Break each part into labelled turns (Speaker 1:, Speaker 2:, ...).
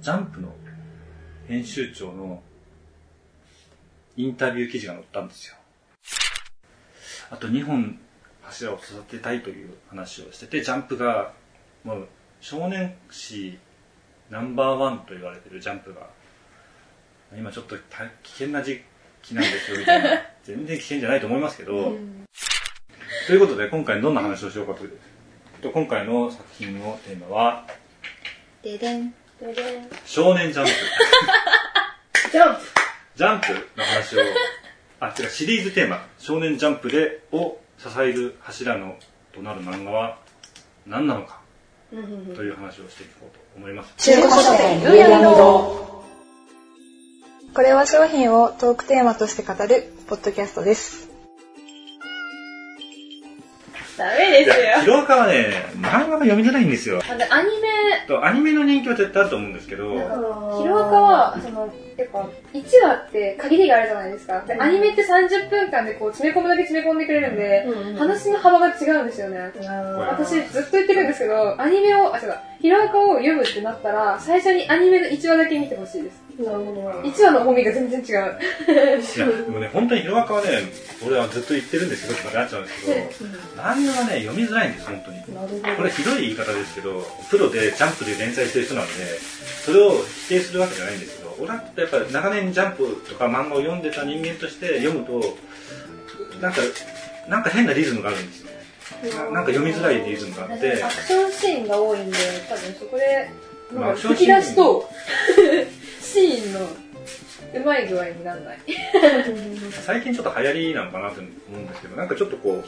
Speaker 1: ジャンプの編集長のインタビュー記事が載ったんですよ。あと2本柱を育てたいという話をしてて、ジャンプが、もう少年誌ナンバーワンと言われてるジャンプが、今ちょっと大危険な時期なんですよみたいな。 全然危険じゃないと思いますけど、
Speaker 2: うん
Speaker 1: ということで今回どんな話をしようかという。と今回の作品のテーマは、
Speaker 2: ででん。ででん。
Speaker 1: 少年ジャンプ。
Speaker 2: ジャンプ
Speaker 1: ジャンプの話 を、あ、違う、シリーズテーマ、少年ジャンプで、を支える柱のとなる漫画は何なのかという話をしていこうと思います。
Speaker 2: 中古書店ルーヤミ堂これは商品をトークテーマとして語るポッドキャストですダメ
Speaker 1: いや、広岡はね、漫画が読みづらいんですよ。
Speaker 3: あでアニメ、
Speaker 1: とアニメの人気は絶対あると思うんですけど、
Speaker 3: ヒロアカは、その、やっぱ、1話って限りがあるじゃないですか。で、アニメって30分間でこう、詰め込むだけ詰め込んでくれるんで、話の幅が違うんですよね。私、ずっと言ってるんですけど、アニメを、あ、違う、ヒロアカを読むってなったら、最初にアニメの1話だけ見てほしいです。
Speaker 2: なるほ
Speaker 3: 1話の重みが全然違う。
Speaker 1: いや、でもね、本当に広岡はね、俺はずっと言ってるんですけどってなっちゃうんですけど、漫画がね、読みづらいんです、本当に。
Speaker 2: どなる
Speaker 1: これひどい言い方ですけど、プロでジャンプで連載してる人なので、それを否定するわけじゃないんですけど、俺はやっぱ長年ジャンプとか漫画を読んでた人間として読むと、なんか、なんか変なリズムがあるんですよ。ななんか読みづらいリズムがあって
Speaker 3: ア、クションシーンが多いんで、多分そこで、
Speaker 1: まあ
Speaker 3: なんか吹き出しと、 シーンの、うまい具合にならない。
Speaker 1: 最近ちょっと流行りなのかなと思うんですけど、なんかちょっとこう、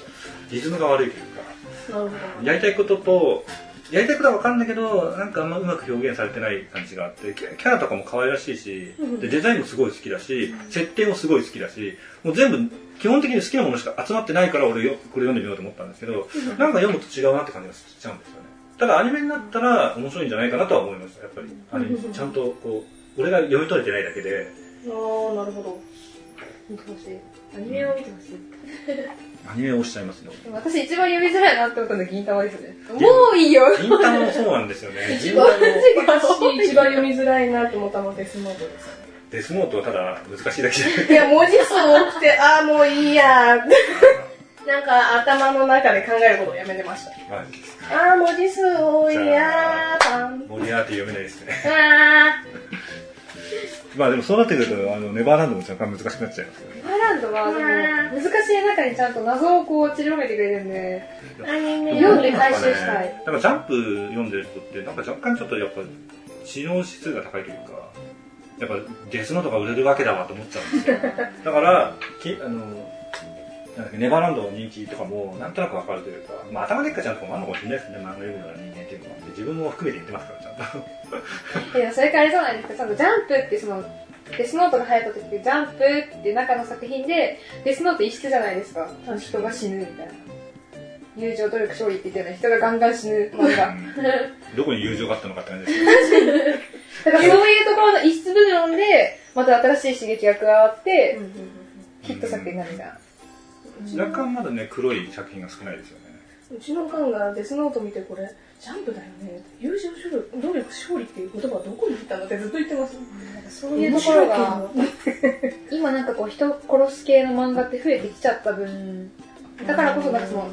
Speaker 1: リズムが悪いというか、
Speaker 2: ほど
Speaker 1: やりたいことと、やりたいことは分かるんだけど、なんかあんまうまく表現されてない感じがあって、キャキャラとかも可愛らしいし、でデザインもすごい好きだし、設定もすごい好きだし、もう全部、基本的に好きなものしか集まってないから俺よ、これ読んでみようと思ったんですけど、なんか読むと違うなって感じがしちゃうんですよね。ただアニメになったら面白いんじゃないかなとは思いました、やっぱり。あのちゃんとこう、俺が読み取れてないだけで、
Speaker 2: あーなるほど
Speaker 3: 見てほしい。アニメを見てほしい。
Speaker 1: アニメを押しちゃいますね。
Speaker 3: でも私一番読みづらいなって思ったのは銀魂ですね。もういいよ
Speaker 1: 銀魂もそうなんですよね。 銀魂も
Speaker 2: 私一番読みづらいなと思ったのはデスノートです
Speaker 1: デスノートはただ難しいだけじゃない。
Speaker 2: いや文字数多く てああもういいやーなんか頭の中で考えることをやめてました
Speaker 1: はい
Speaker 2: あー文字数多いやーパン
Speaker 1: モリアーティ読めないですね。
Speaker 2: あ
Speaker 1: まあでもそうなってくると、あの、ネバーランドも若干難しくなっちゃいますよね。
Speaker 3: アランドはでも難しい中にちゃんと謎をこう散りばめてくれるんで、
Speaker 2: ーアニメ
Speaker 3: 読んで回収したい。
Speaker 1: なんかジャンプ読んでる人って、なんか若干ちょっとやっぱ、知能指数が高いというか、やっぱデスノートが売れるわけだわと思っちゃうんですよ。だから、きあの、なんだっけネバーランドの人気とかも、なんとなくわかるというか、まあ頭でっかちなとこもあるのかもしれないですね、漫画読むような人間っていうのは。で自分も含めて言ってますから、ちゃんと。
Speaker 3: いや、それからあれじゃないですか、ちゃんとジャンプってその、デスノートが流行った時ってジャンプって中の作品で、デスノート異質じゃないですか。人が死ぬみたいな。友情、努力、勝利って言ってない人がガンガン死ぬ漫画。
Speaker 1: どこに友情があったのかって感じです
Speaker 3: だからそういうところの異質部分で、また新しい刺激が加わって、ヒット作になるみたいな。
Speaker 1: けど、若干まだね、黒い作品が少ないですよね。
Speaker 2: うちのファンがデスノート見てこれジャンプだよね友情勝利努力勝利っていう言葉はどこに行ったのってずっと言ってます
Speaker 3: そういうところが、今なんかこう人殺す系の漫画って増えてきちゃった分、だからこそなんかその、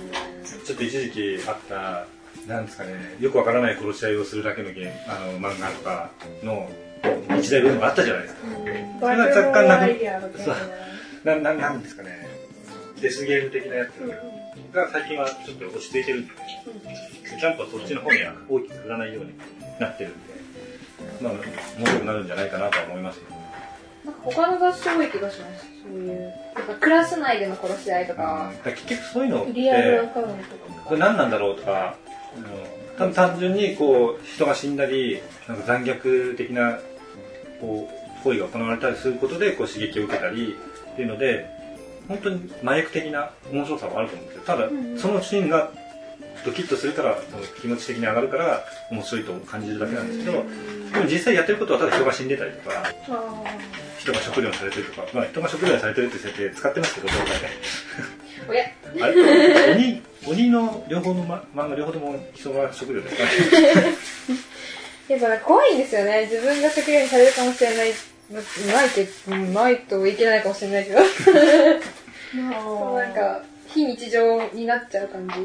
Speaker 1: ちょっと一時期あった、なんですかね、よくわからない殺し合いをするだけのゲーム、あの漫画とかの一大ブームがあったじゃないですか。それが若干な
Speaker 2: アイ
Speaker 1: く
Speaker 2: ディアが出てない
Speaker 1: な、な、なんですかね、デスゲーム的なやつが最近はちょっと落ち着いてるんで、ジャンプはそっちの方には大きく振らないようになってるんで、まあ、面白くなるんじゃないかなとは思いますけど。
Speaker 3: なんか他の雑誌多い気がします。そういう。なんかクラス内での殺し合いとか
Speaker 1: だ、から結局そういうのって、
Speaker 2: リアルアカウントとか
Speaker 1: これ何なんだろうとか、あの単単純にこう人が死んだりなんか残虐的なこう行為が行われたりすることでこう刺激を受けたりっていうので本当に麻薬的な面白さはあると思うんですけどただ、そのシーンがドキッとするからその気持ち的に上がるから面白いと感じるだけなんですけど、でも実際やってることはただ人が死んでたりとか人が食料にされてるとか、まあ、人が食料にされてるって設定使ってますけど、今回ね。
Speaker 3: おや、
Speaker 1: あれ 鬼鬼の両方の、ま、漫画両方とも基礎が食料ですか
Speaker 3: やっぱね怖いんですよね。自分が職業にされるかもしれない、なないと、うんないといけないかもしれないけど。そうなんか、非日常になっちゃう感じ。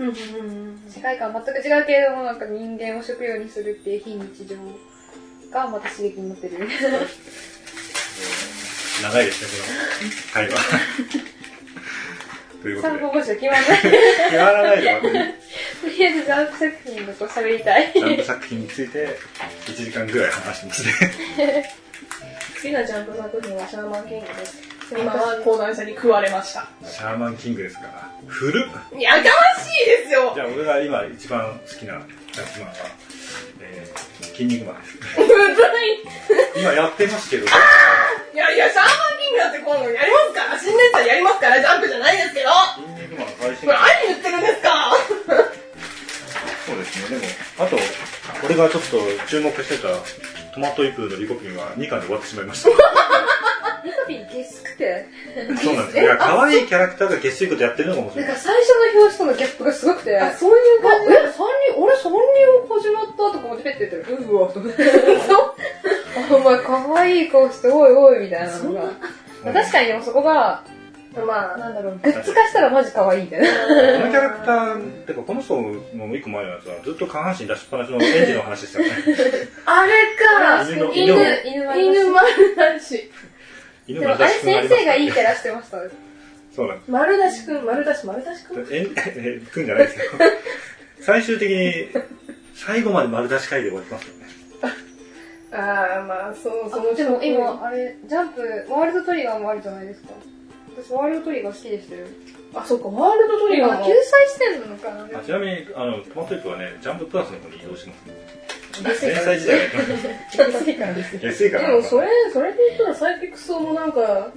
Speaker 4: うんうんうん
Speaker 3: 世界観は全く違うけれども、なんか人間を職業にするっていう非日常がまた刺激になってる。
Speaker 1: 長いですね、この会話。ということ
Speaker 3: 参
Speaker 1: で
Speaker 3: 考。募集決まんない。と
Speaker 1: 決まらないで終わって
Speaker 3: りあえずジャンプ作品のこう喋りたい。
Speaker 1: ジャンプ作品について1時間ぐらい話してますね。
Speaker 4: 次のジャンプ作品はシャーマンキングです。今は講談社に食われました。
Speaker 1: シャーマンキングですから。古っ
Speaker 4: やかましいですよ
Speaker 1: じゃあ俺が今一番好きなジャンプ漫画、えー、筋肉マンです。
Speaker 4: ずる
Speaker 1: 今やってますけど、
Speaker 4: いいやいや、シャーマンキングだって今度やりますから、新年祭やりますから、ジャンプじゃないですけど
Speaker 1: 筋肉マン最
Speaker 4: こ
Speaker 1: 新
Speaker 4: れ何言ってるんですか
Speaker 1: そうですね、でも、あと、俺がちょっと注目してたトマトイプーのリコピンは2巻で終わってしまいました。
Speaker 3: リコピンゲスくて。
Speaker 1: そうなんですよ。いや、可愛いキャラクターがゲスいことやってるのかもし
Speaker 3: な
Speaker 1: れ
Speaker 3: ん
Speaker 1: な
Speaker 3: か
Speaker 1: い。
Speaker 3: 最初の表紙とのギャップがすごくて。
Speaker 4: あそういう
Speaker 3: あ
Speaker 4: 感じ
Speaker 3: え、三人、俺三人を始まったとか思ってペッて言ってる。う わ、と思って。そうあお前、可愛い顔して、おいおい、みたいなのが。まあ 確かにでもそこが、
Speaker 4: まあ、
Speaker 3: なんだろう、グッズ化したらマジ可愛いみたいな。
Speaker 1: このキャラクター、てかこの人の一個前のやつはずっと下半身出しっぱなしのエンジンの話でしたよね。
Speaker 4: あれか
Speaker 1: 犬の
Speaker 3: 犬
Speaker 1: 犬、
Speaker 3: 犬もあり
Speaker 4: 犬丸
Speaker 3: ます
Speaker 4: 出し。
Speaker 1: 犬
Speaker 3: でもあれ先生がいいキャラしてました。
Speaker 1: そうなんで
Speaker 4: 丸出しくん、丸出し、丸出しくん
Speaker 1: す。えん、え、くんじゃないですけど、 最終的に、最後まで丸出し会で終わりますよね。
Speaker 4: ああ、まあ、そう、その
Speaker 3: でも今、あれ、ジャンプ、ワールドトリガーもあるじゃないですか。私、ワールドトリガー好きでしたよ。
Speaker 4: あ、そうか、ワールドトリガー
Speaker 3: 今、
Speaker 4: も
Speaker 3: 救済してんのかな
Speaker 1: あちなみに、あの、トマトイプはね、ジャンププラスの方に移動してます、ね。
Speaker 3: ゲスい
Speaker 1: 連
Speaker 3: か
Speaker 1: 載
Speaker 3: ら です
Speaker 1: 自体がやってます。 安いか
Speaker 4: で
Speaker 1: ら。
Speaker 4: もそれ、それで言ったらサイキクソもなんか、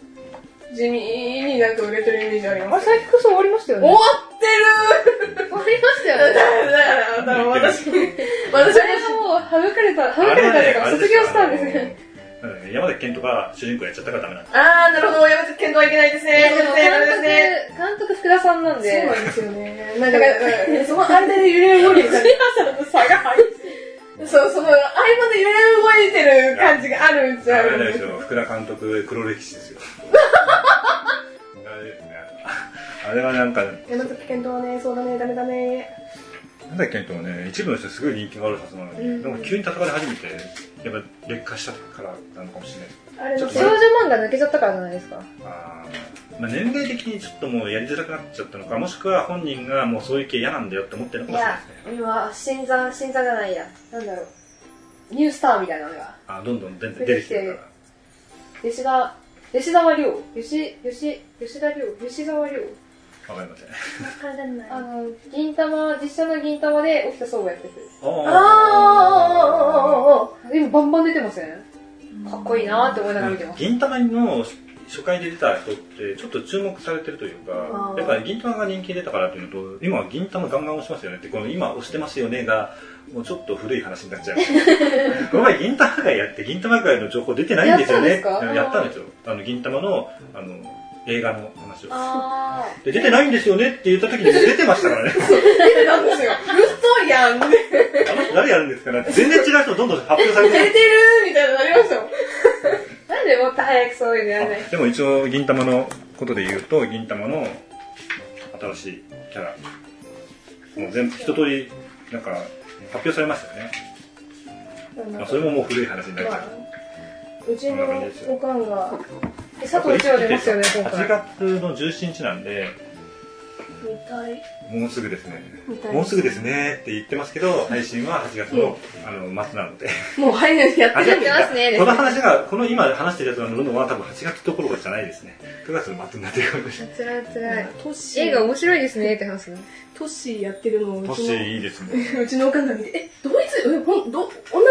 Speaker 4: 地味になんか売れてるイメージあり
Speaker 3: あ
Speaker 4: ま
Speaker 3: れ、
Speaker 4: す。
Speaker 3: 最近こそ終わりましたよ
Speaker 4: 終
Speaker 3: ね
Speaker 4: わ。ってる
Speaker 3: 終わりましたよ
Speaker 4: だ
Speaker 3: ね。
Speaker 4: から、だから私、私
Speaker 3: それがもう省かれた、省かれたっていうか、卒業したんですね。
Speaker 1: あの山崎賢人が主人公やっちゃったからダメなんで
Speaker 4: あー、なるほど、やめて、検討はいけないです
Speaker 3: 監
Speaker 4: ね。
Speaker 3: 督
Speaker 4: 先生、ダメですね。
Speaker 3: 監督福田さんなん
Speaker 4: そう
Speaker 3: で、
Speaker 4: なんですよね。なんか、うんその間で揺れ動いてる。
Speaker 3: 差が激しい。
Speaker 4: そう、その合間で揺れ動いてる感じがあるん
Speaker 1: す
Speaker 4: じ
Speaker 1: よ。ダ
Speaker 4: ゃ
Speaker 1: メなん
Speaker 4: ん
Speaker 1: ですよ。福田監督、黒歴史ですよ。あれですね。あれはなんか、
Speaker 4: 山崎健人はね、そうだね、ダメだね。
Speaker 1: 山崎賢人はね、一部の人すごい人気があるはずなのに、
Speaker 4: うん
Speaker 1: でも急に戦い始めて、やっぱ劣化したからなのかもしれない。
Speaker 4: あれの
Speaker 1: ち
Speaker 3: 少
Speaker 1: ょっ
Speaker 3: 女
Speaker 1: と
Speaker 3: 漫画抜けちゃったからじゃないですか。
Speaker 1: あーまあ、年齢的にちょっともうやりづらくなっちゃったのか、もしくは本人がもうそういう系嫌なんだよって思ってるのかもしれないですね。
Speaker 3: 今、新座、新座じゃないや。なんだろう。ニュースターみたいなのが。
Speaker 1: あーどんどん出て出てきてるから。
Speaker 3: 吉田、吉沢亮。吉、吉、吉田亮。吉沢亮。
Speaker 1: わかりません。
Speaker 3: あの、銀玉、実写の銀玉で沖田総合やってて。
Speaker 4: あーあーあーあーあー
Speaker 3: 今、バンバン出てませんかっこいいなーって思いながら見てます。
Speaker 1: 銀魂の初回で出た人ってちょっと注目されてるというか
Speaker 4: あー
Speaker 1: やっぱり銀魂が人気出たからっていうのと今は銀魂ガンガン押しますよねってこの今押してますよねがもうちょっと古い話になっち ゃうこの前銀魂会やって銀魂会の情報出てないんですよ
Speaker 3: やっ
Speaker 1: ね
Speaker 3: たんですか
Speaker 1: やったんですよあの銀魂のあの映画の話を
Speaker 3: あ
Speaker 1: で出てないんですよねって言った時にもう出てました からね
Speaker 4: 出てたんですよ。嘘やんね。
Speaker 1: あの人誰やるんですかね全然違う人どんどん発表されて
Speaker 4: 出
Speaker 1: る
Speaker 4: てるみたいなのありましたもん。
Speaker 3: ーなんでもっと早くそういうのやらない
Speaker 1: あでも一応銀魂のことで言うと銀魂の新しいキャラもう全部一通りなんか発表されましたよね、まあ、それももう古い話になっちゃう
Speaker 4: うちのおかんが
Speaker 3: え佐藤千代出ますよね、今
Speaker 1: 8
Speaker 3: 回。
Speaker 1: 月の17日なんで
Speaker 4: 見たい。
Speaker 1: もうすぐですね
Speaker 4: 見たい
Speaker 1: もうすぐですねって言ってますけど配信は8月の,、あの末なの で
Speaker 4: もう早いのやってる。
Speaker 3: やってますね
Speaker 1: この話がこの今話してるやつが乗るのは多分8月どころかじゃないですね9月の末になってくるかもしれない
Speaker 3: つらいつらい。
Speaker 4: トッシ
Speaker 3: 映画
Speaker 4: ー、
Speaker 3: 面白いですねって話ね。
Speaker 4: トッシーやってるのをう
Speaker 1: 年
Speaker 4: ちの
Speaker 1: いいですね
Speaker 4: うちのおかんが見て、え、同一、え、ほん、ど、同じ人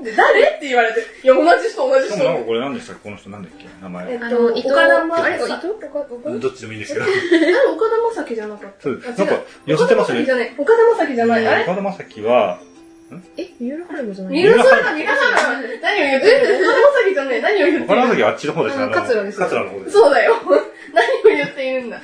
Speaker 4: って誰って言われて、いや、同じ人、同
Speaker 1: し
Speaker 4: じ
Speaker 1: かもなんか
Speaker 4: 人。
Speaker 1: これ何でしたっけこの人何だっけ名前
Speaker 3: あの、伊藤、
Speaker 4: 岡田ま、
Speaker 3: あれ、伊
Speaker 4: さ
Speaker 3: 藤岡岡
Speaker 1: どっちでもいいんですけど
Speaker 4: あれ岡田将生じゃなかっ た。
Speaker 1: そうで
Speaker 4: あ
Speaker 1: す。なんか
Speaker 4: 違う、
Speaker 1: 寄せてますね
Speaker 4: 岡田将生じ。ゃない。岡田将生じゃない。あれ
Speaker 1: 岡田将生は、
Speaker 3: え、三浦春馬じゃない
Speaker 4: 三浦さんが、三浦さんが、何を言ってる岡田将生じゃない。何を言って
Speaker 1: 岡田
Speaker 4: る
Speaker 1: 将生はあっちの方ですね。
Speaker 3: あの
Speaker 1: あの
Speaker 3: 桂ですよ
Speaker 1: 桂の方です。
Speaker 4: そうだよ。何を言っているんだ。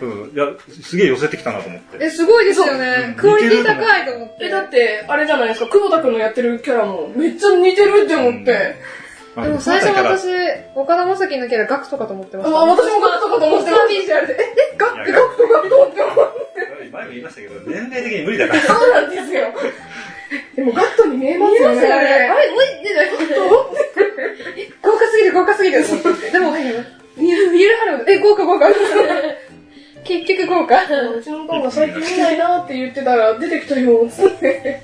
Speaker 1: うん、いや、すげえ寄せてきたなと思って。
Speaker 3: え、すごいですよね。クオリティ高いと思っ
Speaker 5: え、
Speaker 3: て。
Speaker 5: だって、あれじゃないですか、久保田くんのやってるキャラもめっちゃ似てるって思って。
Speaker 1: まあ
Speaker 3: でも最初私、岡田将生のキャラガクトかと思ってました。
Speaker 5: あ、私もガッとかと思ってま
Speaker 3: ビジュアルで。え、え、ガ
Speaker 1: い
Speaker 3: ク
Speaker 1: や
Speaker 3: ト
Speaker 1: い
Speaker 5: す。
Speaker 1: や
Speaker 5: ガッとって思って。
Speaker 1: 前も言いましたけど、年齢的に無理だから。
Speaker 5: そうなんですよ。でもガットに見えますよね。
Speaker 3: 見えますよね
Speaker 5: あれ、もう出ない
Speaker 3: 豪華すぎる、豪華すぎる。 でも、見る、見るはるえ、豪華、 豪華。結局豪華。
Speaker 5: うちの子が最近見ないなって言ってたら出てきたよ。つって。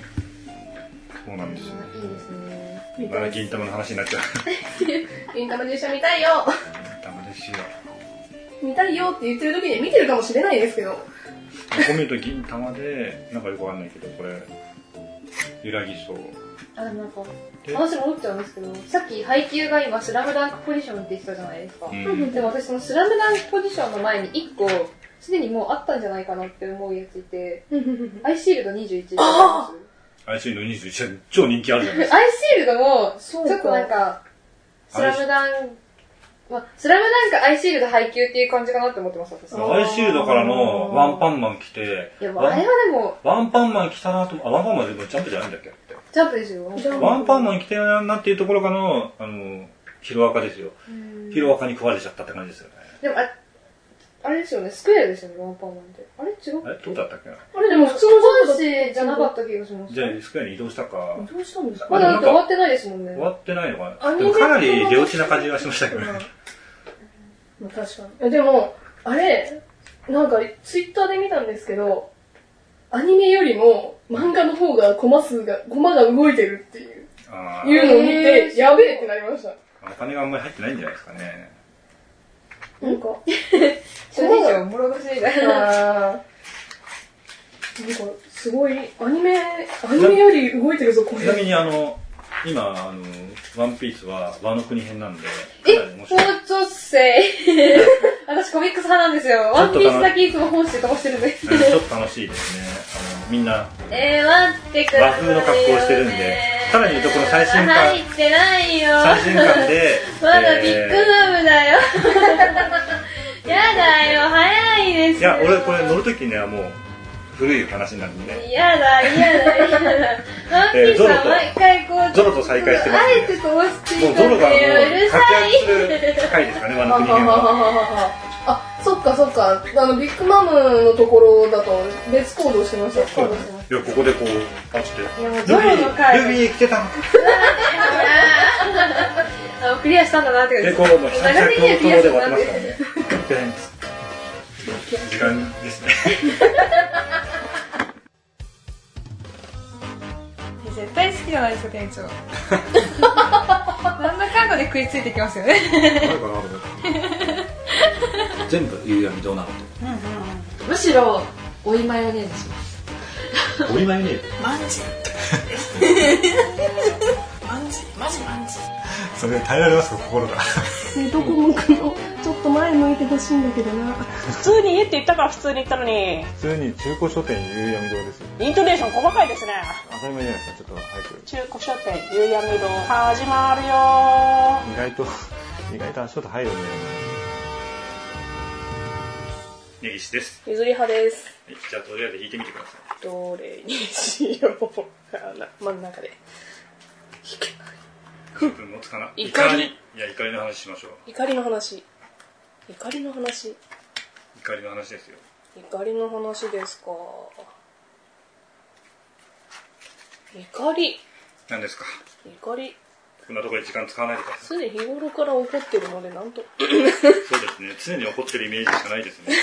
Speaker 1: そうなんですよ。
Speaker 3: いいですね。
Speaker 1: まあ、銀玉の話になっちゃう。
Speaker 5: 銀玉の医者見たいよ。
Speaker 1: ダメですよ。
Speaker 5: 見たいよって言ってる時に見てるかもしれないですけど。
Speaker 1: コミュと銀玉で、なんかよくわかんないけど、これ、揺らぎそう。
Speaker 3: あ、なんか、話戻っちゃうんですけど、さっき配給が今、スラムダンクポジションって言ってたじゃないですか
Speaker 1: う。 ん。
Speaker 3: でも私、そのスラムダンクポジションの前に1個、すでにもうあったんじゃないかなって思うやついて、アイシールド21ってわかります
Speaker 1: 相性の21、超人気あるじゃないですか。
Speaker 3: アイシールドも、ち
Speaker 5: そうか
Speaker 3: ょっとなんか、スラムダンク、まあ、スラムダンクアイシールド配給っていう感じかなって思ってます、私。
Speaker 5: あ
Speaker 3: い
Speaker 1: アイシールドからのワンパンマン来て、
Speaker 3: や、もうあ
Speaker 1: ワ
Speaker 3: れ
Speaker 1: ン
Speaker 3: はでも、
Speaker 1: ワンパンマン来たなと思、あ、ワンパンマンでもジャンプじゃないんだっけって。
Speaker 3: ジャンプですよ。
Speaker 5: ジャンプ
Speaker 1: ワンパンマン来たなっていうところからの、あの、ヒロアカですよ。
Speaker 3: うん
Speaker 1: ヒロアカに食われちゃったって感じですよね。
Speaker 3: でも、ああれですよね、スクエアですよね、ワンパンマンって。あれ違う
Speaker 1: あれどうだったっけな
Speaker 5: あれ
Speaker 3: でも普通の
Speaker 5: だ
Speaker 3: 男子じゃなかった気がします。
Speaker 1: じゃあ、スクエアに移動したか。
Speaker 5: どうしたんですか
Speaker 3: まだだって終わってないですもんね
Speaker 1: 終。わってないのか
Speaker 5: ア
Speaker 1: な
Speaker 5: ニ
Speaker 1: で
Speaker 5: メ
Speaker 1: もかなり出落ちな感じがしましたけどね。
Speaker 5: うんまあ確かに。えでも、あれ、なんかツイッターで見たんですけど、アニメよりも漫画の方がコマ数が、コマが動いてるっていう、
Speaker 1: あ
Speaker 5: いうのを見て
Speaker 3: へ、ー
Speaker 5: やべえってなりました。
Speaker 1: あ、お金があんまり入ってないんじゃないですかね。
Speaker 5: なんか、あ
Speaker 3: 諸事情、もろがしみたいな。
Speaker 5: ーなんか、すごい、アニメ、アニメより動いてるぞ、こ
Speaker 1: ちな
Speaker 5: れ。
Speaker 1: みにあの、今、あの、ワンピースは和の国編なんで、
Speaker 3: え
Speaker 1: かなり、面
Speaker 3: もう
Speaker 1: 白い。
Speaker 3: ちょっせ私コミックス派なんですよ。ワンピースだけいつも本誌で飛ばしてるんで。
Speaker 1: うんちょっと楽しいですね。あの、みんな、
Speaker 3: えー、待ってく
Speaker 1: 和
Speaker 3: ださいよ、
Speaker 1: 風
Speaker 3: ね。
Speaker 1: の格好をしてるんで、さらに言うとこの最新刊
Speaker 3: 入ってないよ。、
Speaker 1: 最新刊で
Speaker 3: まだビッグ
Speaker 1: え
Speaker 3: マムだ よ。やだよ、早いで
Speaker 1: ー
Speaker 3: す
Speaker 1: い
Speaker 3: よ。
Speaker 1: や、俺これ乗るときにはもう、古い話になるんでね。
Speaker 3: やだ、やだ、やだ。ワンピースは毎回こう、
Speaker 1: ゾロとゾロと再会してます
Speaker 3: あ
Speaker 1: ね
Speaker 3: えてこう落ち着いて
Speaker 1: もうゾロがもう、
Speaker 3: う
Speaker 1: 活
Speaker 3: るさい。
Speaker 1: 躍する機会ですかね、和の
Speaker 5: はは
Speaker 1: 国
Speaker 5: は
Speaker 1: 編は。
Speaker 5: はあ、そっかそっか。あの、ビッグマムのところだと別行動してました。
Speaker 1: そうですね。いや、ここでこう、あって。
Speaker 3: いやもうゾ
Speaker 1: ルビ
Speaker 3: ロの回
Speaker 1: ー、ルビー来てたの
Speaker 3: あクリアしたんだなって
Speaker 1: で、こう、もう、ひたすら共闘で終わってますからね。でん時間ですね。
Speaker 3: 絶対好きじゃないですか、店長。なんだかんだで食いついてきますよね。
Speaker 6: 全部言う闇どうなのと
Speaker 7: むしろ追いマヨネーズします
Speaker 1: お見舞いね。
Speaker 7: マジマジマジマジ
Speaker 1: それ耐えら れますか、心が。
Speaker 5: どこ向くのちょっと前向いてほしいんだけどな。
Speaker 4: 普通に家って言ったから普通に言ったのに
Speaker 1: 普通に中古書店夕闇堂ですよ。
Speaker 4: イントネーション細かいですね
Speaker 1: 当たり前じゃないですか、ちょっと早く。
Speaker 4: 中古書店夕闇堂始まるよ
Speaker 1: 意外と、 意外と足音入るんだよな。ね、石です。
Speaker 4: ゆずり派です
Speaker 1: はいじゃあ、とりあえず弾いてみてくださ い。
Speaker 4: どれにしようかな真ん中で
Speaker 1: 10分持つかな。
Speaker 4: 怒り
Speaker 1: いや、怒りの話しましょう。
Speaker 4: 怒りの話怒りの話
Speaker 1: 怒りの話ですよ。
Speaker 4: 怒りの話ですか怒り
Speaker 1: 何ですか。
Speaker 4: 怒り
Speaker 1: こんなところで時間使わないでください。
Speaker 4: 常日頃から怒ってるのでなんと
Speaker 1: そうですね。常に怒ってるイメージしかないです ね。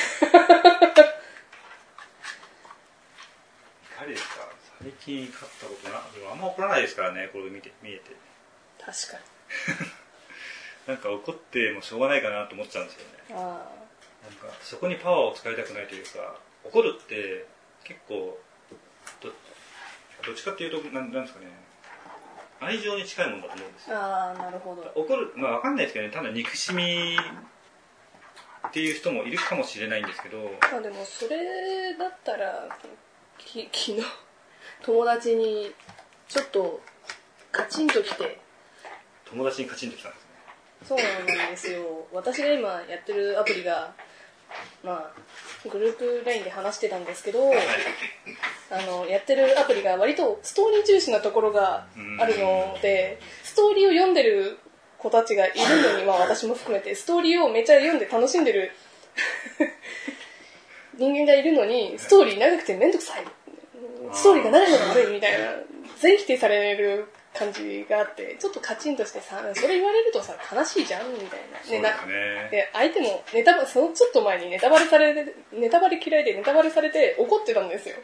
Speaker 1: 怒りですか。最近怒ったことな、でもあんま怒らないですからね。これ見て見えて。
Speaker 4: 確か
Speaker 1: なんか怒ってもしょうがないかなと思っちゃうんですよね。
Speaker 4: にあ
Speaker 1: なんかそこにパワーを使いたくないというか、怒るって結構どどっちかっていうとなんなんですかね。愛情に近いものだと思うんですよ
Speaker 4: ーあーなるほど
Speaker 1: 怒る、まあ、わかんないですけどね、ただ憎しみっていう人もいるかもしれないんですけど、
Speaker 4: まあでもそれだったらき昨日友達にちょっとカチンときて
Speaker 1: 友達にカチンときたんですね。
Speaker 4: そうなんですよ私が今やってるアプリがまあグループ LINE で話してたんですけど、あの、やってるアプリが割とストーリー重視なところがあるので、ストーリーを読んでる子たちがいるのに、まあ私も含めて、ストーリーをめちゃ読んで楽しんでる人間がいるのに、ストーリー長くてめんどくさい。ストーリーが長いのが悪いみたいな、全否定される感じがあって、ちょっとカチンとしてさ、それ言われるとさ、悲しいじゃんみたいな。
Speaker 1: そう
Speaker 4: な
Speaker 1: ですね。
Speaker 4: で、相手もネタバレ、そのちょっと前にネタバレされて、ネタバレ嫌いでネタバレされて怒ってたんですよ。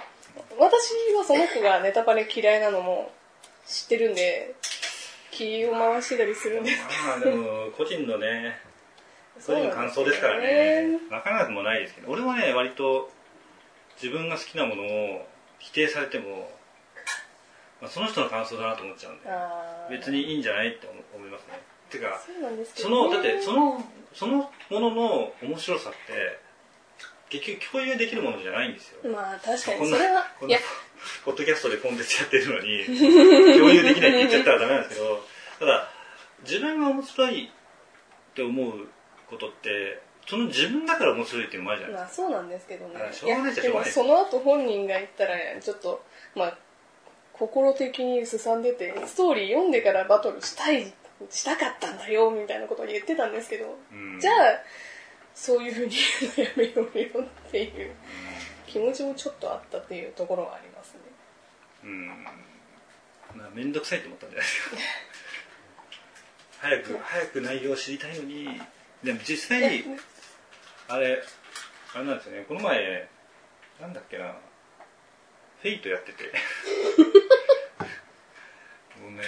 Speaker 4: 私はその子がネタバレ嫌いなのも知ってるんで、気を回してたりするんです
Speaker 1: まあでも、個人のね、個
Speaker 4: そう
Speaker 1: 人
Speaker 4: な
Speaker 1: の
Speaker 4: ん
Speaker 1: 感
Speaker 4: ですよね
Speaker 1: 想ですからね、わからなくもないですけど、俺はね、割と自分が好きなものを否定されても、まあ、その人の感想だなと思っちゃうんで、
Speaker 4: あー
Speaker 1: 別にいいんじゃないって思思いますね。てか、
Speaker 4: そうなんですけ
Speaker 1: そ
Speaker 4: ど、
Speaker 1: のだってそのそのものの面白さって結局共有できるものじゃないんですよ、
Speaker 4: まあ確か
Speaker 1: こ
Speaker 4: に
Speaker 1: ん
Speaker 4: そ
Speaker 1: な
Speaker 4: れは、
Speaker 1: こん
Speaker 4: い
Speaker 1: な
Speaker 4: や、
Speaker 1: ポッドキャストでコンテンツやってるのに共有できないって言っちゃったらダメなんですけどただ自分が面白いって思うことってその自分だから面白いっていうのもあるじゃない
Speaker 4: まあそうなんですけどね
Speaker 1: あ。しょうがないっちゃ
Speaker 4: で
Speaker 1: しょうが
Speaker 4: も
Speaker 1: ない
Speaker 4: その後本人が言ったら、ちょっと、まあ、心的にすさんでて、ストーリー読んでからバトルしたい、したかったんだよ、みたいなことを言ってたんですけど、
Speaker 1: うん
Speaker 4: じゃあ、そういうふうに言うのやめようよっていう気持ちもちょっとあったっていうところはありますね。
Speaker 1: うんまあ面倒くさいと思ったんじゃないですか早く早く内容を知りたいのにでも実際あれあれなんですよねこの前なんだっけなフェイトやっててもうね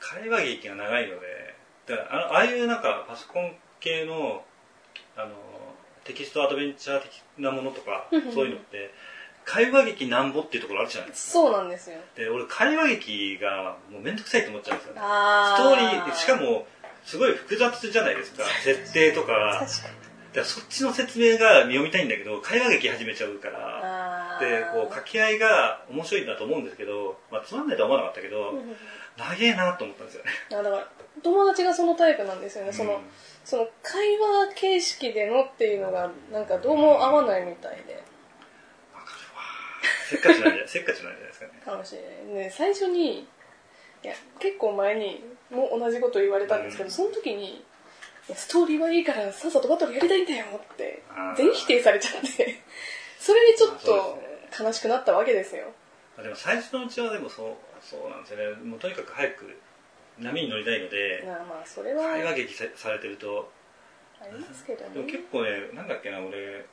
Speaker 1: 会話劇が長いのでだからあのああいうなんかパソコン系のあのテキストアドベンチャー的なものとかそういうのって会話劇なんぼっていうところあるじゃないですか
Speaker 4: そうなんですよ。
Speaker 1: で俺会話劇がもうめんどくさいと思っちゃうんですよね
Speaker 4: あ
Speaker 1: ストーリーしかもすごい複雑じゃないですか設定とか
Speaker 4: 確かに。
Speaker 1: だからそっちの説明が読みたいんだけど会話劇始めちゃうから
Speaker 4: あー
Speaker 1: でこう掛け合いが面白いんだと思うんですけど、まあ、つまんないとは思わなかったけど長えなと思ったんですよね
Speaker 4: あだから、友達がそのタイプなんですよね。その、その会話形式でのっていうのが、なんかどうも合わないみたいで。
Speaker 1: せっかちなんじゃ せっかちなんじゃないですかね
Speaker 4: かもしれない。ね、最初に、いや、結構前にも同じこと言われたんですけど、
Speaker 1: うん
Speaker 4: その時に、いやストーリーはいいからさっさとバトルやりたいんだよって
Speaker 1: あー、
Speaker 4: 全否定されちゃって、それでちょっ
Speaker 1: まあそう
Speaker 4: と
Speaker 1: で
Speaker 4: 悲しくなったわけですよ。
Speaker 1: まあでも最初のうちはでもそうそうなんですよねもうとにかく早く波に乗りたいので
Speaker 4: まあまあ、それは
Speaker 1: 会話劇さされてると
Speaker 4: ありますけど
Speaker 1: でも
Speaker 4: ね
Speaker 1: 結。構ねなんだっけな俺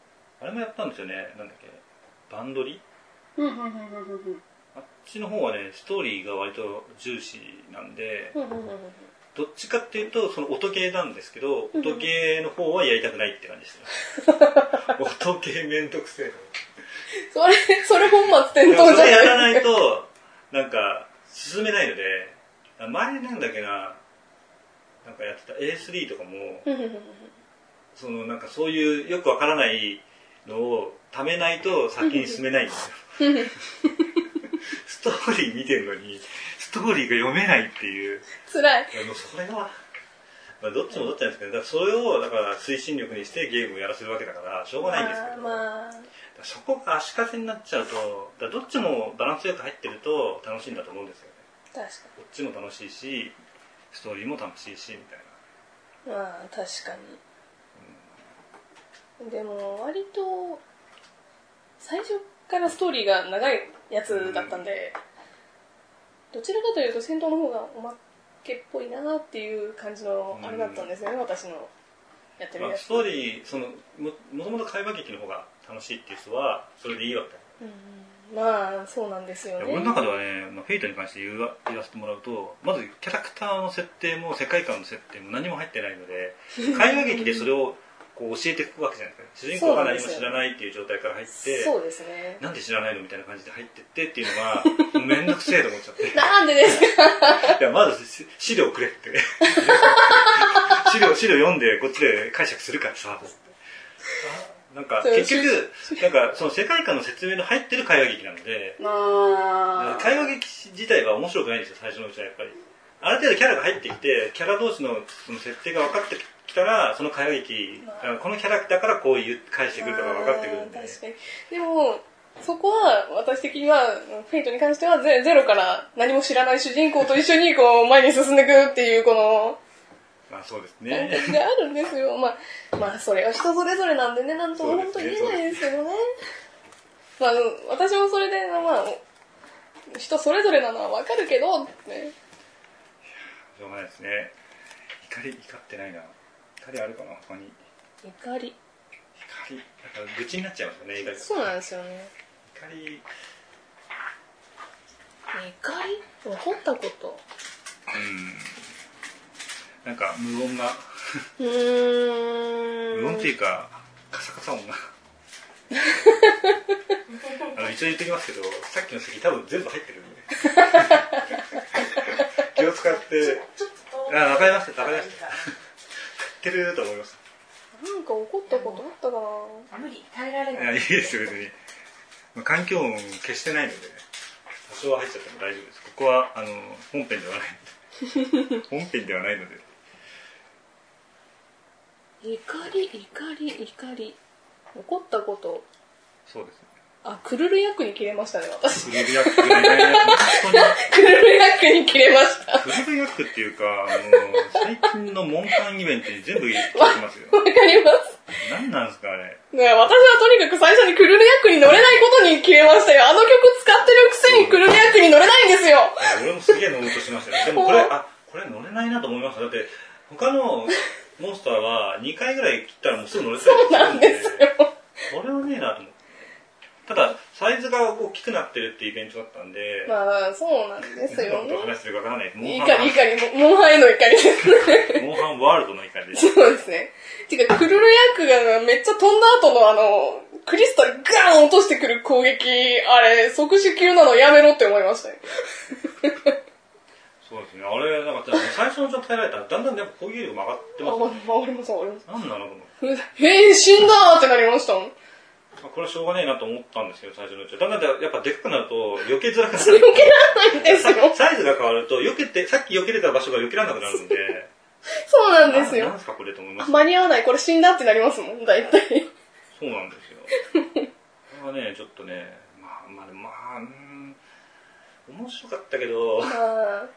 Speaker 1: あれもやったんですよねなんだっけバンドリ
Speaker 4: うんうんうんうんうん
Speaker 1: あっちの方はねストーリーが割と重視なんで
Speaker 4: うんうんうんうん
Speaker 1: どっちかっていうとその音系なんですけど音系の方はやりたくないって感じです た音系めんどくせえ
Speaker 4: それ、それ本末
Speaker 1: で
Speaker 4: 転
Speaker 1: も
Speaker 4: 倒
Speaker 1: そ
Speaker 4: じゃ
Speaker 1: れやら
Speaker 4: な
Speaker 1: ないいとなんか進めないので前なんだっけななんかやってた A3 とかも
Speaker 4: うんうんうんうん
Speaker 1: そのなんかそういうよくわからないのをためないと先に進めないんですよ ストーリー見てるのにストーリーが読めないっていう
Speaker 4: 辛い。
Speaker 1: いやもうそれは、まあ、どっちもどっちなんですけどだからそれをだから推進力にしてゲームをやらせるわけだからしょうがないんですけど、だか
Speaker 4: まあ、
Speaker 1: らそこが足かせになっちゃうとだからどっちもバランスよく入ってると楽しいんだと思うんですよね
Speaker 4: 確か
Speaker 1: こっちも楽しいしストーリーも楽しいしみたいな
Speaker 4: に。まあ、確かに。でも、割と、最初からストーリーが長いやつだったんで、どちらかというと戦闘の方がおまけっぽいなっていう感じのあれだったんですよね、私のやってる
Speaker 1: まあ、
Speaker 4: やつ。
Speaker 1: ストーリーそのももともと会話劇の方が楽しいっていう人はそれでいいわけだ
Speaker 4: うんまあ、そうなんですよ
Speaker 1: いや
Speaker 4: ね。
Speaker 1: 俺の中ではね、まあ、フェイトに関して言わ言わせてもらうとまずキャラクターの設定も世界観の設定も何も入ってないの で会話劇でそれをこう教えていくわけじゃないですか主人公が何も知らないっていう状態から入って
Speaker 4: そうですね。
Speaker 1: なんで知らないのみたいな感じで入ってってっていうのがもうめんどくせえと思っちゃって
Speaker 4: なんでですか
Speaker 1: いやまずし資料くれって 資料資料読んでこっちで解釈するからさつってあなんか
Speaker 4: そう
Speaker 1: 結局なんかその世界観の説明の入ってる会話劇なので
Speaker 4: まあ、
Speaker 1: 会話劇自体は面白くないんですよ最初のうちはやっぱりある程度キャラが入ってきてキャラ同士のその設定が分かって来たらその会話劇、
Speaker 4: ま
Speaker 1: このキャラクターからこういう返してくるとか分かってくるんで
Speaker 4: あー確かに。でも、そこは、私的には、フェイトに関してはゼ、ゼロから何も知らない主人公と一緒に、こう、前に進んでいくっていう、この、
Speaker 1: まあそうです
Speaker 4: 感
Speaker 1: ね
Speaker 4: 覚があるんですよ。まあ、まあ、それは人それぞれなんでね、なんとも本当言えないですけどね。まあ、私もそれで、まあ、お人それぞれなのはわかるけど、ね、
Speaker 1: しょうがないですね怒り怒ってないな怒りあるかな他に怒
Speaker 4: 怒り。
Speaker 1: りなんか愚痴になっちゃいますよね怒り
Speaker 4: そうなんですよね。
Speaker 1: 怒り
Speaker 4: 怒り怒ったこと。
Speaker 1: うんなんか無音が
Speaker 4: うーん。
Speaker 1: 無音っていうかカサカサ音があの一応言っときますけどさっきの席多分全部入ってる んで気を使って
Speaker 7: ちょっと
Speaker 1: あわかりましたわかりました知ってると思います
Speaker 4: なんか怒ったことあったかな
Speaker 7: 無理耐えられ
Speaker 1: いや
Speaker 7: ない
Speaker 1: い
Speaker 7: い
Speaker 1: ですよ別に、まあ、環境音消してないので多少は入っちゃっても大丈夫ですここはあの本編ではない 本編ではないので
Speaker 4: 怒り、怒り、怒り。怒ったこと。
Speaker 1: そうですね
Speaker 4: あ、くるる役に切れましたね、
Speaker 1: ク
Speaker 4: 私。
Speaker 1: ルルヤックみたいなやつ本当に
Speaker 4: くるる役に切れました。わ
Speaker 1: クルルヤックっていうかあの最近のモンタンイベントに全部入ってきますよ
Speaker 4: かります。
Speaker 1: 何なんですかあれ
Speaker 4: ね私はとにかく最初にくるる役に乗れないことに切れましたよ。あの曲使ってるくせにくるる役に乗れないんですよ。
Speaker 1: 俺もすげえ乗ろうとしましたよでもこれあこれ乗れないなと思いましただって他のモンスターは2回ぐらい切ったらもうすぐ乗れたり
Speaker 4: そうなんですよ。
Speaker 1: これはねえなと思ってただサイズが大きくなってるってイベントだったんで、
Speaker 4: まあ、そうなんです
Speaker 1: 何の
Speaker 4: よ
Speaker 1: ことを
Speaker 4: ね。
Speaker 1: 話してるかわからないモン
Speaker 4: 怒
Speaker 1: ハ
Speaker 4: り、怒り、モンハンへの怒りですね。
Speaker 1: ンモンハンワールドの怒りです
Speaker 4: そうですね。てか、クルルヤックがめっちゃ飛んだ後のあの、クリスタルガーン落としてくる攻撃、あれ、即死級なのやめろって思いましたよ。
Speaker 1: そうですねあれなんか最初の状態だったらだんだんやっぱ攻撃力曲がって
Speaker 4: あ、
Speaker 1: ま
Speaker 4: わわかりますわかります
Speaker 1: 何なのと思って
Speaker 4: す。へえ、死んだーってなりましたもん。
Speaker 1: まあこれはしょうがねえなと思ったんですけど最初のうちはだんだんやっぱでっかくなると避けづらくなる
Speaker 4: ですよ。
Speaker 1: サイズが変わると避けてさっき避けれた場所が避けられなくなるんで
Speaker 4: そうなんです
Speaker 1: な
Speaker 4: よ
Speaker 1: ん。すかこれと思いま
Speaker 4: あ
Speaker 1: す
Speaker 4: 間に合わない、これ死んだってなりますもん、大体。
Speaker 1: そうなんですよこれはねちょっとねまあまあでもまあうーん面白かったけど
Speaker 4: まあ、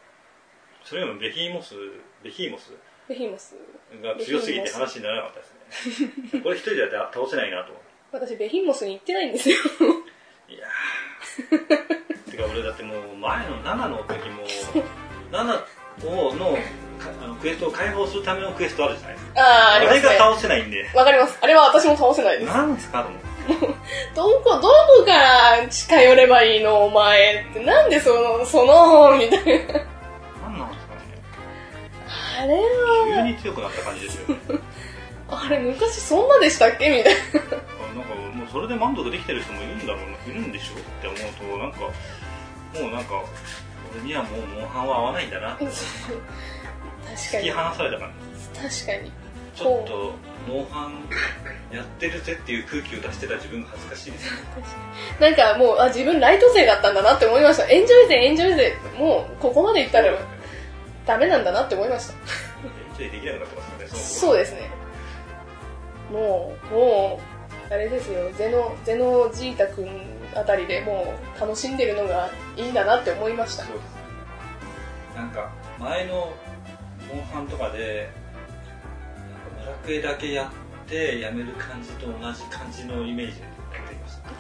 Speaker 1: それよりもベヒーモスベヒーモス
Speaker 4: ベヒモス。
Speaker 1: が強すぎて話にならなかった ですねこれ一人では倒せないなと
Speaker 4: 私、ベヒモスに行ってないんですよ。
Speaker 1: いやー てか俺だってもう前の7の時も7をのかあのクエストを解放するためのクエストあるじゃないですか
Speaker 4: あー、あ
Speaker 1: あ
Speaker 4: りま
Speaker 1: れ
Speaker 4: す
Speaker 1: が
Speaker 4: ね。
Speaker 1: 倒せないんで
Speaker 4: わかります。あれは私も倒せないです。
Speaker 1: 何ですかと思って
Speaker 4: どこ、どこから近寄ればいいのお前って。なんでその、その、みたいな。
Speaker 1: 何なんですかね
Speaker 4: あれ
Speaker 1: 急
Speaker 4: は、
Speaker 1: に強くなった感じですよね なんか
Speaker 4: あれ昔そんなでしたっけみたいな。
Speaker 1: もうそれで満足できてる人もいるんだろうないるんでしょって思うとなんかもうなんか俺にはもうモンハンは合わないんだ なって
Speaker 4: 確か
Speaker 1: 突き
Speaker 4: に。
Speaker 1: 放された感じ
Speaker 4: 確かに。
Speaker 1: ちょっとモンハンやってるぜっていう空気を出してた自分が恥ずかしいです
Speaker 4: なんかもう、あ、自分ライト勢だったんだなって思いました。エンジョイ勢、エンジョイ勢。もう、ここまでいったらダメなんだなって思いました。
Speaker 1: エンジョイできなくなってますからねその
Speaker 4: そうですね。もう、もう、あれですよ、ゼノ、ゼノジータくんあたりでもう楽しんでるのがいいんだなって思いました。
Speaker 1: そうですねなんか前のモンハンとかでなんかドラクエだけやってやめる感じと同じ感じのイメージでやっていました
Speaker 4: 確か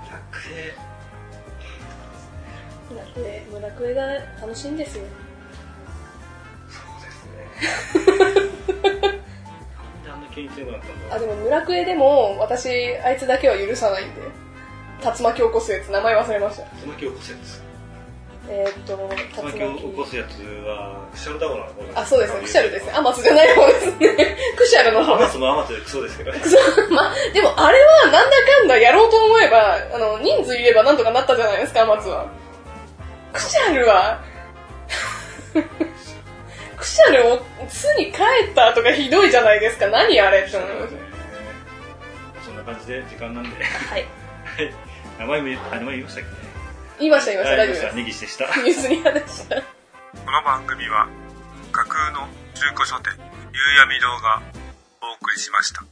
Speaker 4: に。
Speaker 1: ドラクエ
Speaker 4: 村クエ、村クエが楽しいんですよ。
Speaker 1: そうです ねなんであんな急に強くなったんだ
Speaker 4: あ、
Speaker 1: ろう
Speaker 4: でも村クエでも、私、あいつだけは許さないんで。竜巻を起こすやつ、名前忘れました。
Speaker 1: 竜巻を起こすやつ
Speaker 4: えー、っと、
Speaker 1: 竜巻を起こすやつはクシャルだから
Speaker 4: あ、そうですね、クシャルですね。アマスじゃない方ですね。クシャルの
Speaker 1: ア
Speaker 4: 方で
Speaker 1: マ
Speaker 4: す。
Speaker 1: スもアマスでクソですけどね
Speaker 4: まあ、でもあれはなんだかんだやろうと思えば、あの、人数いればなんとかなったじゃないですか、アマツは。クシャルは、 クシャルを巣に帰ったとかひどいじゃないですか。何あれって
Speaker 1: そ
Speaker 4: 思います。
Speaker 1: んな感じで時間なんで
Speaker 4: はい。
Speaker 1: はい名前も言あ名前言いましたっけね
Speaker 4: 言いました、言いました、
Speaker 1: はい
Speaker 4: 大丈夫です。
Speaker 1: ネギシでした
Speaker 4: ニュースに話した。
Speaker 8: この番組は架空の中古書店いゆうやみ堂がお送りしました。